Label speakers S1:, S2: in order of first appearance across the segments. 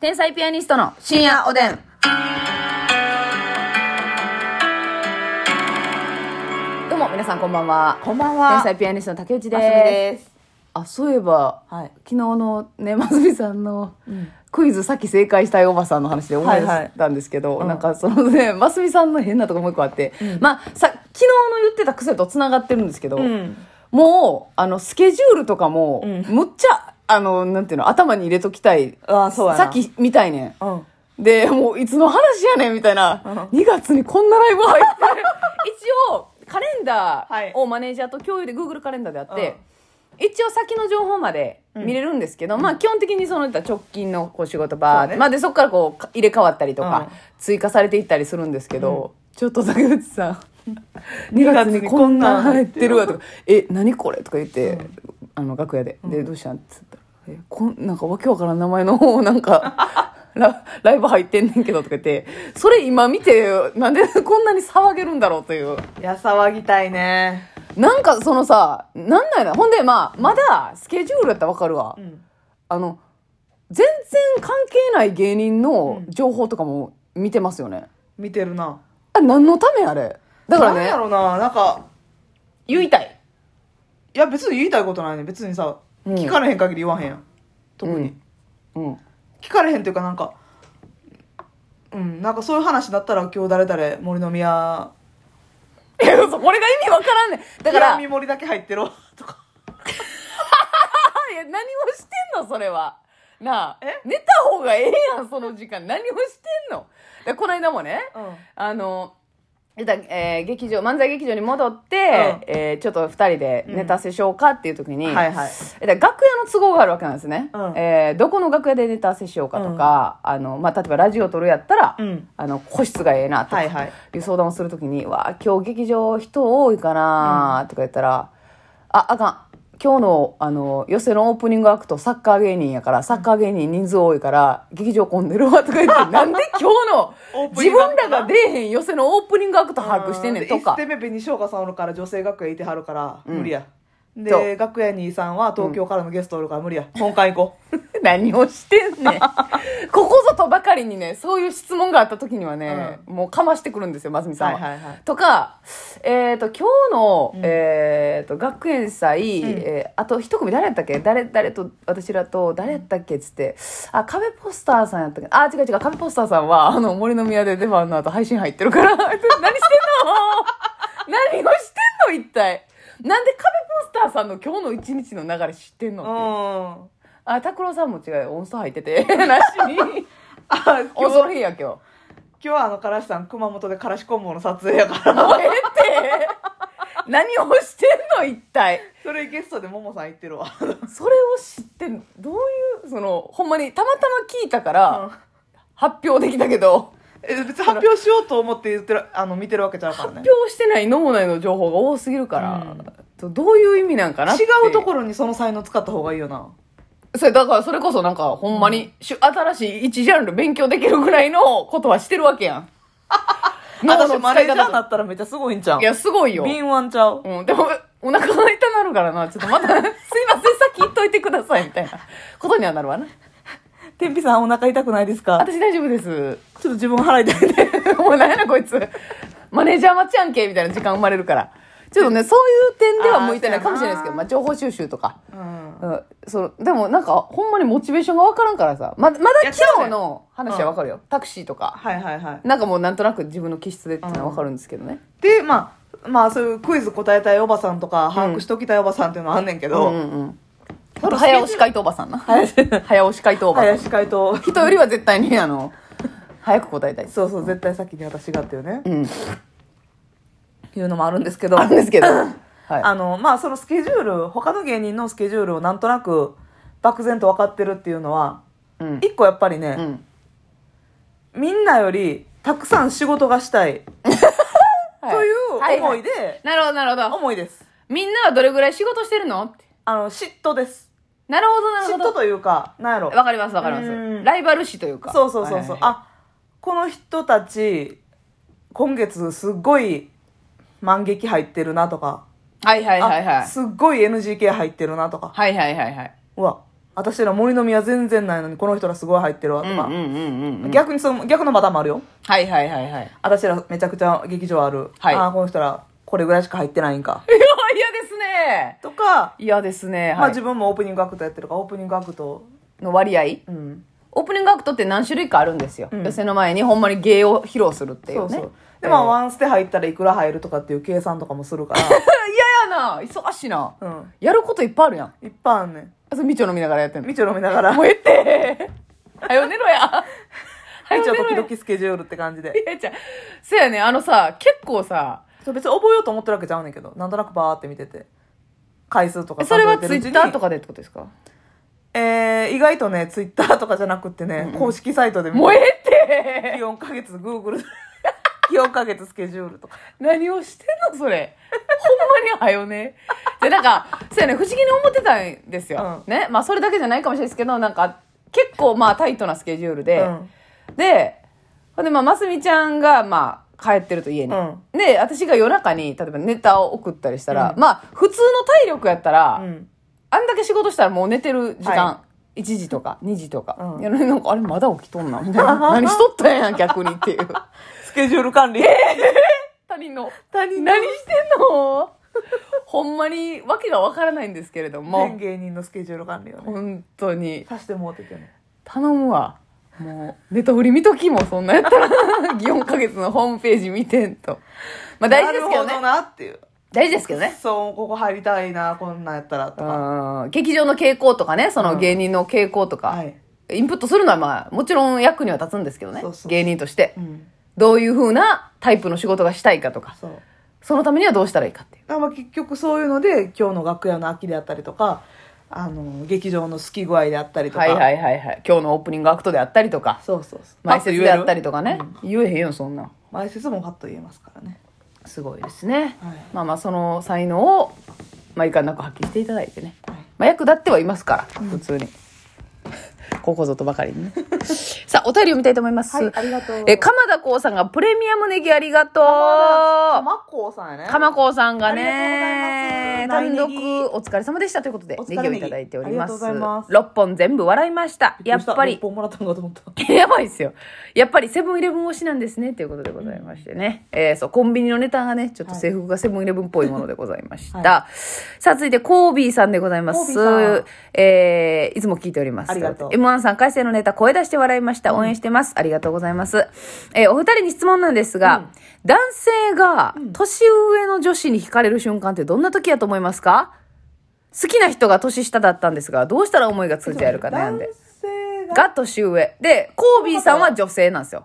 S1: 天才ピアニストの深夜おでん。どうも皆さんこんばんは。
S2: こんばん
S1: 天
S2: は。
S1: 才ピアニストの竹内で。
S2: ますすみです。
S1: あ、そういえば、
S2: はい
S1: 昨日のね、 ますみさんの、クイズさっき正解したいおばさんの話で思い出したんですけど、
S2: はいはいうん
S1: なんかそのね、ますみさんの変なとこもう一個あって、まあ、さ、昨日の言ってた癖と繋がってるんですけど、
S2: うん
S1: もう、あの、スケジュールとかも、
S2: うん
S1: むっちゃ、あの、なんていうの、頭に入れときたい。
S2: あそうやな
S1: さっきみたいねん。
S2: うん。
S1: で、もういつの話やねんみたいな。2月にこんなライブ入って。 一応、カレンダ
S2: はい
S1: ーをマネージャーと共有で Google カレンダーであって、一応先の情報まで見れるんですけど、まあ基本的にその直近のこう仕事バーっ
S2: そう
S1: て、
S2: ね
S1: まあでそこからこうか入れ替わったりとか、
S2: うん
S1: 追加されていったりするんですけど、ちょっと竹内さん。2
S2: 2
S1: 月に
S2: 月に
S1: こ
S2: こ
S1: ん
S2: ん
S1: な
S2: なんん
S1: 入
S2: 入
S1: っ
S2: ってて
S1: る
S2: る
S1: わとか「え何これ?」とか言って、あの楽屋で「でどうしたん?」っつったら「えこんなんかわけわからん名前のなんか ラライブ入ってんねんけど」とか言ってそれ今見てなんで こんなに騒げるんだろうという
S2: いや、騒ぎたいね。
S1: なんかそのさなんなんやろほんでまあまだスケジュールやったらわかるわ、
S2: ん
S1: あの全然関係ない芸人の情報とかも見てますよね、
S2: 見てるな。
S1: あ何のためあれだから
S2: なん
S1: ね
S2: やろな、なんか、
S1: 言いたい
S2: いや、別に言いたいことないね。別にさ、
S1: うん
S2: 聞かれへん限り言わへんやん。特に。
S1: うん
S2: 聞かれへんというか、なんか、うん、なんかそういう話になったら今日誰々森の宮、
S1: いや、そう俺が意味わからんねん。だから、い
S2: 南
S1: や、
S2: 森だけ入ってるわ とか。
S1: 何をしてんの、それは。なあ
S2: え、
S1: 寝た方がええやん、その時間。何をしてんの。で、この間もね、
S2: うん
S1: あの、言ったらえー劇場、漫才劇場に戻って、えーちょっと二人でネタせしようかっていう時に、
S2: はいはい
S1: えだから楽屋の都合があるわけなんですね。
S2: うん
S1: えーどこの楽屋でネタ合わせしようかとか、あの、まあ、例えばラジオ撮るやったら、
S2: うん
S1: あの、個室がええなとか、
S2: はいいはい。
S1: う相談をするときに、わあ、今日劇場人多いかなとか言ったら、あ、あかん。今日の、あの、寄せのオープニングアクト、サッカー芸人やから、サッカー芸人人数多いから、劇場混んでるわとか言 って、なんで今日の
S2: オー
S1: 自
S2: プニングア
S1: 分
S2: クト
S1: ら
S2: な
S1: が出えへん寄せのオープニングアクト把握してんねんとか
S2: 1。目紅翔歌さんおるから女性楽屋いてはるから無理や、
S1: そ
S2: で楽屋にさんは東京からのゲストおるから無理や本館行こう
S1: 何をしてん ねん。ここぞとばかりにね、そういう質問があった時にはね、もうかましてくるんですよ、ますみさんは。
S2: はいはいはい
S1: とか、えっ、と、今日の、えっ、と、学園祭、えーあと一組誰やったっけ誰、誰と、私らと、誰やったっけっつって、あ、壁ポスターさんやったっけあ、違う違う、壁ポスターさんは、あの、森の宮で出番の後配信入ってるから、 何してんの何をしてんの一体。なんで壁ポスターさんの今日の一日の流れ知ってんのっていう
S2: うん
S1: あ、拓郎さんも違うよ。オンスト入ってて。 なし に。
S2: あ
S1: オ
S2: 今
S1: ンストの
S2: 日
S1: 日や、今
S2: 今日はあのからしさん熊本でからし昆布の撮影やから
S1: 日。もうええって。何をしてんの、一体。
S2: それゲストでももさん行ってるわ
S1: それを知ってんどういう、その、ほんまに、たまたま聞いたから、発表できたけど、
S2: え別に発表しようと思って言ってるあの見てるわけちゃうからね
S1: 発表してない脳内の情報が多すぎるから、とどういう意味なんかなって。
S2: 違うところにその才能使った方がいいよな
S1: それ、だから、それこそなんか、ほんまに、しゅ新しい一ジャンル勉強できるぐらいのことはしてるわけ やん。脳
S2: 私
S1: の
S2: マ
S1: 使
S2: ネー
S1: い
S2: ジャーにな
S1: 方と。
S2: ったらめっちゃすごいんちゃう
S1: いや、すごいよ。
S2: 敏腕ちゃう
S1: うん、でも、お腹が痛なるからな、ちょっとまた、すいません、先行っといてください、みたいなことにはなるわな。
S2: 天日さんお腹痛くないですかちょ
S1: 私大丈夫です。
S2: っと自分払いてみて
S1: もう何やな、こいつ。マネージャー待ちやんけ、みたいな時間生まれるから。ちょっとね、そういう点では向いてないかもしれないですけど、
S2: あー
S1: まあ、情報収集とか。
S2: うん
S1: うん、そう、でもなんか、ほんまにモチベーションがわからんからさ、ま、まだ
S2: いや
S1: 今日
S2: そう
S1: の話はわかるよ。タクシーとか。
S2: はいはいはい
S1: なんかもうなんとなく自分の気質でっていうのはわかるんですけどね。
S2: でまあまあそういうクイズ答えたいおばさんとか把握しときたいおばさんっていうのはあんねんけ
S1: うん
S2: ど、
S1: うんうん。あと早押し回答おばさんな。 早押し回答おばさん。
S2: 林海と
S1: 人よりは絶対にあの早く答えたいです
S2: そうそう絶対先に私がっていうね、
S1: ん
S2: いうのもあるんですけど
S1: あるんですけどはい
S2: あのまあそのスケジュール他の芸人のスケジュールをなんとなく漠然と分かってるっていうのは、
S1: うん
S2: 一個やっぱりね、
S1: うん
S2: みんなよりたくさん仕事がしたいという思いで、
S1: なるほどなるほど
S2: 思いです
S1: みんなはどれぐらい仕事してるのって
S2: あの嫉妬です
S1: なるほどな
S2: 嫉
S1: る
S2: 妬
S1: ほ
S2: というかなんやろ
S1: どわかりますわかりま
S2: うん
S1: すライバル視というか
S2: そうそうそうそ
S1: は
S2: う、
S1: いはいはい
S2: あこの人たち今月すっごい万劇入ってるなとか、
S1: はいはいはいはい
S2: あすっごい NGK 入ってるなとか
S1: はいはいはいはいう
S2: わ私ら森の宮全然ないのにこの人らすごい入ってるわと
S1: うん
S2: か、
S1: うんうんうんうん
S2: 逆にその逆のパターンもあるよ
S1: はいはいはいはいいや
S2: 私らめちゃくちゃ劇場ある、
S1: はい
S2: ああこの人らこれぐらいしか入ってないんか
S1: 嫌ですね
S2: とか、
S1: 嫌ですね
S2: まあ
S1: はい
S2: 自分もオープニングアクトやってるからオープニングアクト
S1: の割合
S2: うん
S1: オープニングアクトって何種類かあるんですよ、
S2: うん
S1: 寄せの前にほんまに芸を披露するってい
S2: そうう
S1: ね
S2: そうう
S1: え
S2: で
S1: ー
S2: まあワンステ入ったらいくら入るとかっていう計算とかもするか
S1: 嫌やな忙しいな、
S2: らうん
S1: やることいっぱいあるやん
S2: いっぱいあんねん
S1: あそれみちょ飲みながらやってんの
S2: みちょ飲みながら
S1: もうええってはよ寝ろ やは
S2: みちょ時
S1: や
S2: 々スケジュールって感じで
S1: いやじゃあそうやねあのさ結構さ
S2: そう別に覚えようと思ってるわけちゃうねんけどなんとなくバーって見てて回数とか
S1: えそれは
S2: 数
S1: ツ
S2: えて
S1: イ
S2: るうち
S1: ッ
S2: に
S1: ターとかでってことですか
S2: えー、意外とねツイッターとかじゃなくってね、公式サイトで見
S1: もうええって
S2: 気温か月グーグル 気温か月スケジュールとか
S1: 何をしてんのそれほんまにはよねでなんかそうやね不思議に思ってたんですよ、
S2: う
S1: ねまあそれだけじゃないかもしれないですけどなんか結構まあタイトなスケジュールで、
S2: うん
S1: でほんでまあますみちゃんがまあ帰ってると家に、
S2: うん
S1: で私が夜中に例えばネタを送ったりしたら、
S2: うん
S1: まあ普通の体力やったら、
S2: うん
S1: あんだけ仕事したらもう寝てる時間、
S2: は
S1: 1時とか2時とか、
S2: うん
S1: いやなんかあれまだ起きとんなみたいな 何しとったんやん逆にっていう
S2: スケジュール管理
S1: 他人の
S2: 他人
S1: 何してんのほんまにわけがわからないんですけれど
S2: 全
S1: も
S2: 芸人のスケジュール管理をね
S1: 本当に
S2: さしてもうててね
S1: 頼むわもうネタ振り見ときもそんなんやったら 4ヶ月のホームページ見てんとまあ大事ですけど
S2: なる
S1: ね
S2: ほどなっていう
S1: 大事ですけどね
S2: そうここ入りたいなこんなんやったらとか
S1: うん劇場の傾向とかねその芸人の傾向とか、
S2: はい、
S1: インプットするのはまあもちろん役には立つんですけどね
S2: そうそう
S1: 芸人として
S2: うん、
S1: どういうふうなタイプの仕事がしたいかとか
S2: そう
S1: そのためにはどうしたらいいかっていう
S2: だからまあ結局そういうので今日の楽屋の秋であったりとかあの劇場の好き具合であったりとか、
S1: はいはいはいはい今日のオープニングアクトであったりとか
S2: そうそうそう
S1: 前説であったりと
S2: か
S1: かね言えへんよそんなん
S2: 前説もパッと言えますからね
S1: すごいですね、
S2: はい
S1: まあまあその才能をまあいかんなく発揮していただいてね、まあ、役立ってはいますから普通に、 高校ぞとばかりにね さあお便り読みたいと思います、
S2: はいありがとう
S1: え鎌田光さんがプレミアムネギありがと
S2: あ
S1: う
S2: まこうさんやね
S1: 鎌光さんがね
S2: ありがと
S1: 単
S2: うございま
S1: 独
S2: す
S1: お疲れ様でしたということで
S2: お疲
S1: ネ
S2: れ
S1: ギをいただいております
S2: ありがとうございます
S1: 6本全部笑いましたやっぱり
S2: 1本もらったんかと思っ た
S1: やばいっすよ。やっぱりセブンイレブン推しなんですね、ということでございましてね。えーそう、コンビニのネタがね、ちょっと制服がセブンイレブンっぽいものでございました。さあ、続いて、コービーさんでございま
S2: コービー
S1: す
S2: さ。
S1: えー、いつも聞いております。
S2: ありがとう
S1: M13 回生のネタ、声出して笑いました。応援してます。ありがとうございます。えーお二人に質問なんですが、男性が年上の女子に惹かれる瞬間ってどんな時やと思いますか好きな人が年下だったんですが、どうしたら思いが通じ合えるか悩んで。
S2: 男性が
S1: が年上。で、コービーさんは女性なんですよ。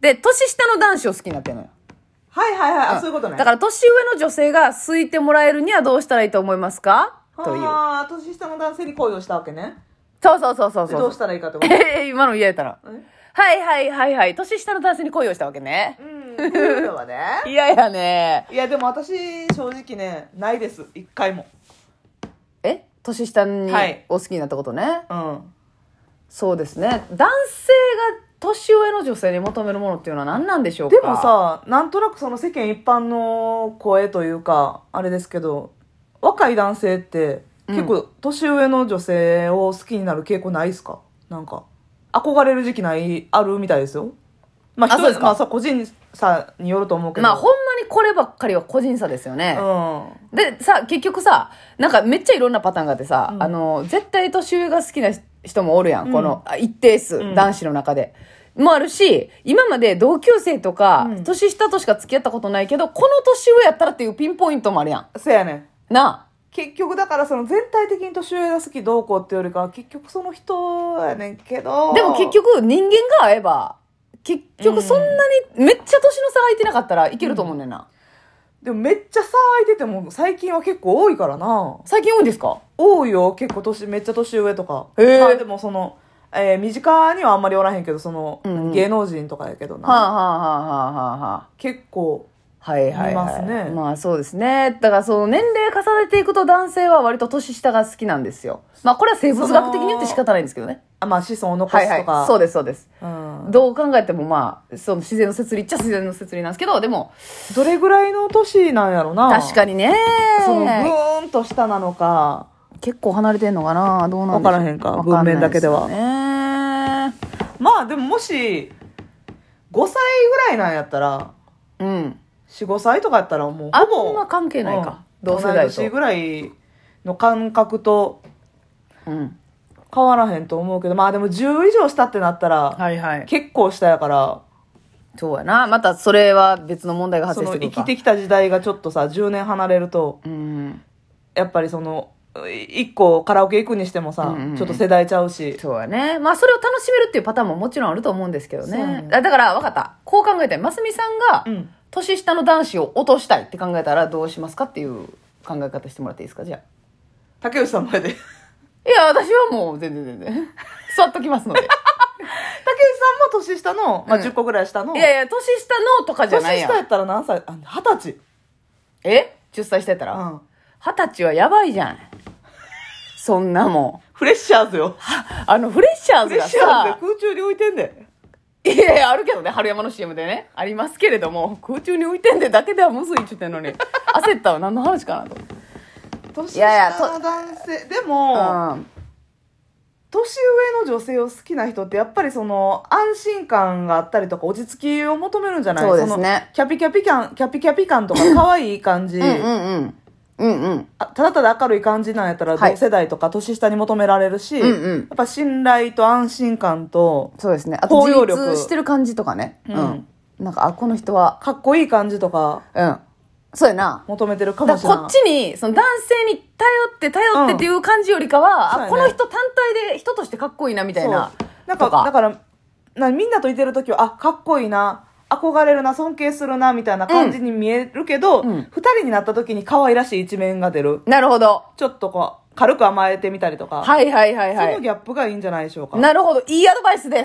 S1: で、年下の男子を好きになってるのよ。
S2: はいはいはい、あそういうことね
S1: だから、年上の女性が好いてもらえるにはどうしたらいいと思いますかという。
S2: ああ年下の男性に恋をしたわけね
S1: そうそうそうそう
S2: でど
S1: そうう。
S2: したらいいかってこと
S1: ええ、 今の嫌やったら。
S2: え
S1: はいはいはいはい。年下の男性に恋をしたわけね
S2: う。んそういうの はね
S1: 嫌やね。
S2: いやでも私正直ねないです一回も
S1: え年下に
S2: はい
S1: お好きになったことね。
S2: うん
S1: そうですね。男性が年上の女性に求めるものっていうのは何なんでしょうか
S2: でも、さなんとなくその世間一般の声というかあれですけど若い男性って結構年上の女性を好きになる傾向ないですかなんか憧れる時期ないあるみたいですよまあ
S1: あそ
S2: 人
S1: うですか
S2: まあさ個人差によると思うけど
S1: まあほんまにこればっかりは個人差ですよね。
S2: うん
S1: でさ結局さなんかめっちゃいろんなパターンがあってさ、あの絶対年上が好きな人もおるやん、このあ一定数、
S2: ん
S1: 男子の中で。もあるし今まで同級生とか、
S2: うん
S1: 年下としか付き合ったことないけどこの年上やったらっていうピンポイントもあるやん。
S2: そうやねん
S1: な
S2: 結局だからその全体的に年上が好きどうこうっていうよりかは結局その人やねんけど
S1: あでも結局人間が会えば結局そんなにめっちゃ年の差空いてなかったらいけると思うねんな。
S2: でもめっちゃ差空いてても最近は結構多いからな
S1: 最近多いんですか
S2: 多いよ結構年めっちゃ年上とか
S1: へえ
S2: まあでもその、えー身近にはあんまりおらへんけどその、
S1: うんうん
S2: 芸能人とかやけどな、
S1: はあはあはあはあはあ。
S2: 結構
S1: はいはい、はい、
S2: 見ますね
S1: まあそうですね。だからその年齢重ねていくと男性は割と年下が好きなんですよ。まあこれは生物学的によって仕方ないんですけどね。
S2: あまあ子孫を残
S1: はい
S2: す
S1: は
S2: とか、
S1: い。そうですそうです。
S2: うん
S1: どう考えてもまあ、その自然の摂理っちゃ自然の摂理なんですけど、でも、
S2: どれぐらいの年なんやろな
S1: 確か
S2: に
S1: にね。
S2: そのグーンと下なのか
S1: 結構離れてんのかなどうなんでしょう
S2: わからへんか文面だけでは
S1: わかんないですよね
S2: まあでももし5歳ぐらいなんやったら
S1: うん
S2: 45歳とかやったらもう
S1: あ
S2: ほぼ
S1: んま関係ないか、
S2: うん
S1: 同世代
S2: 同い年
S1: と、
S2: ぐらいの感覚と
S1: うん、
S2: 変わらへんと思うけどまあでも10以上したってなったら
S1: はいはい
S2: 結構下やから
S1: そうやなまたそれは別の問題が発
S2: そ
S1: 生し
S2: の
S1: てくる
S2: 生
S1: か
S2: きてきた時代がちょっとさ10年離れると
S1: うん
S2: やっぱりその1個カラオケ行くにしてもさ、
S1: うんうんうん
S2: ちょっと世代ちゃうし
S1: そうやねまあそれを楽しめるっていうパターンももちろんあると思うんですけど
S2: そうや
S1: ね
S2: ね
S1: だだから分かったこう考えたいますみさんが、
S2: うん
S1: 年下の男子を落としたいって考えたらどうしますかっていう考え方してもらっていいですかじゃあ
S2: 竹内さんの前で竹
S1: い
S2: 内
S1: や私はもう全然全然 座っときますの で
S2: さんも年下の、まあ、
S1: うん
S2: 10個ぐらい下の、
S1: いやいや年下のとかじゃ
S2: 年
S1: ないやん
S2: 下やったら何歳あ二十歳
S1: え10歳下やったら
S2: うん
S1: 二十歳はやばいじゃんそんなもん
S2: フレッシャーズよ
S1: あのフレッシャー
S2: フ
S1: ズ
S2: レッ
S1: が
S2: シャーズ
S1: さ
S2: 空中に浮いてんで
S1: いやいやあるけどね春山の CM でねありますけれども空中に浮いてんでだけではむずいって言ってんの に焦ったわ何の話かなと
S2: 年
S1: いやいや
S2: 下の男性でも、
S1: うん
S2: 年上の女性を好きな人ってやっぱりその安心感があったりとか落ち着きを求めるんじゃない
S1: そうですね
S2: のキャピキャピ感キャピキャピ感とか可愛い感じ、
S1: うんうんうんうんうん
S2: あただただ明るい感じなんやったら
S1: はい
S2: 同世代とか年下に求められるし、
S1: うんうん
S2: やっぱ信頼と安心感と
S1: そうですねあと
S2: 包容
S1: 自
S2: 力
S1: 立してる感じとかねう、
S2: うんん
S1: なんかあこの人は
S2: かっこいい感じとか
S1: うんそうやな
S2: 求めてるか
S1: だか
S2: もしれな
S1: ら
S2: い
S1: こっちにその男性に頼って頼ってっていう感じよりかは、
S2: うん
S1: あ
S2: そ
S1: こ
S2: うや
S1: の
S2: ね
S1: 人単体で人としてかっこいいなみたいな
S2: そうなんか
S1: とか
S2: だからなみんなといてる時はあかっこいいな憧れるな尊敬するなみたいな感じに見えるけど、
S1: うん
S2: 二人になった時に可愛らしい一面が出る
S1: なるほど
S2: ちょっとこう軽く甘えてみたりとか、
S1: はいはいはいは
S2: その
S1: い
S2: ギャップがいいんじゃないでしょうか
S1: なるほどいいアドバイスです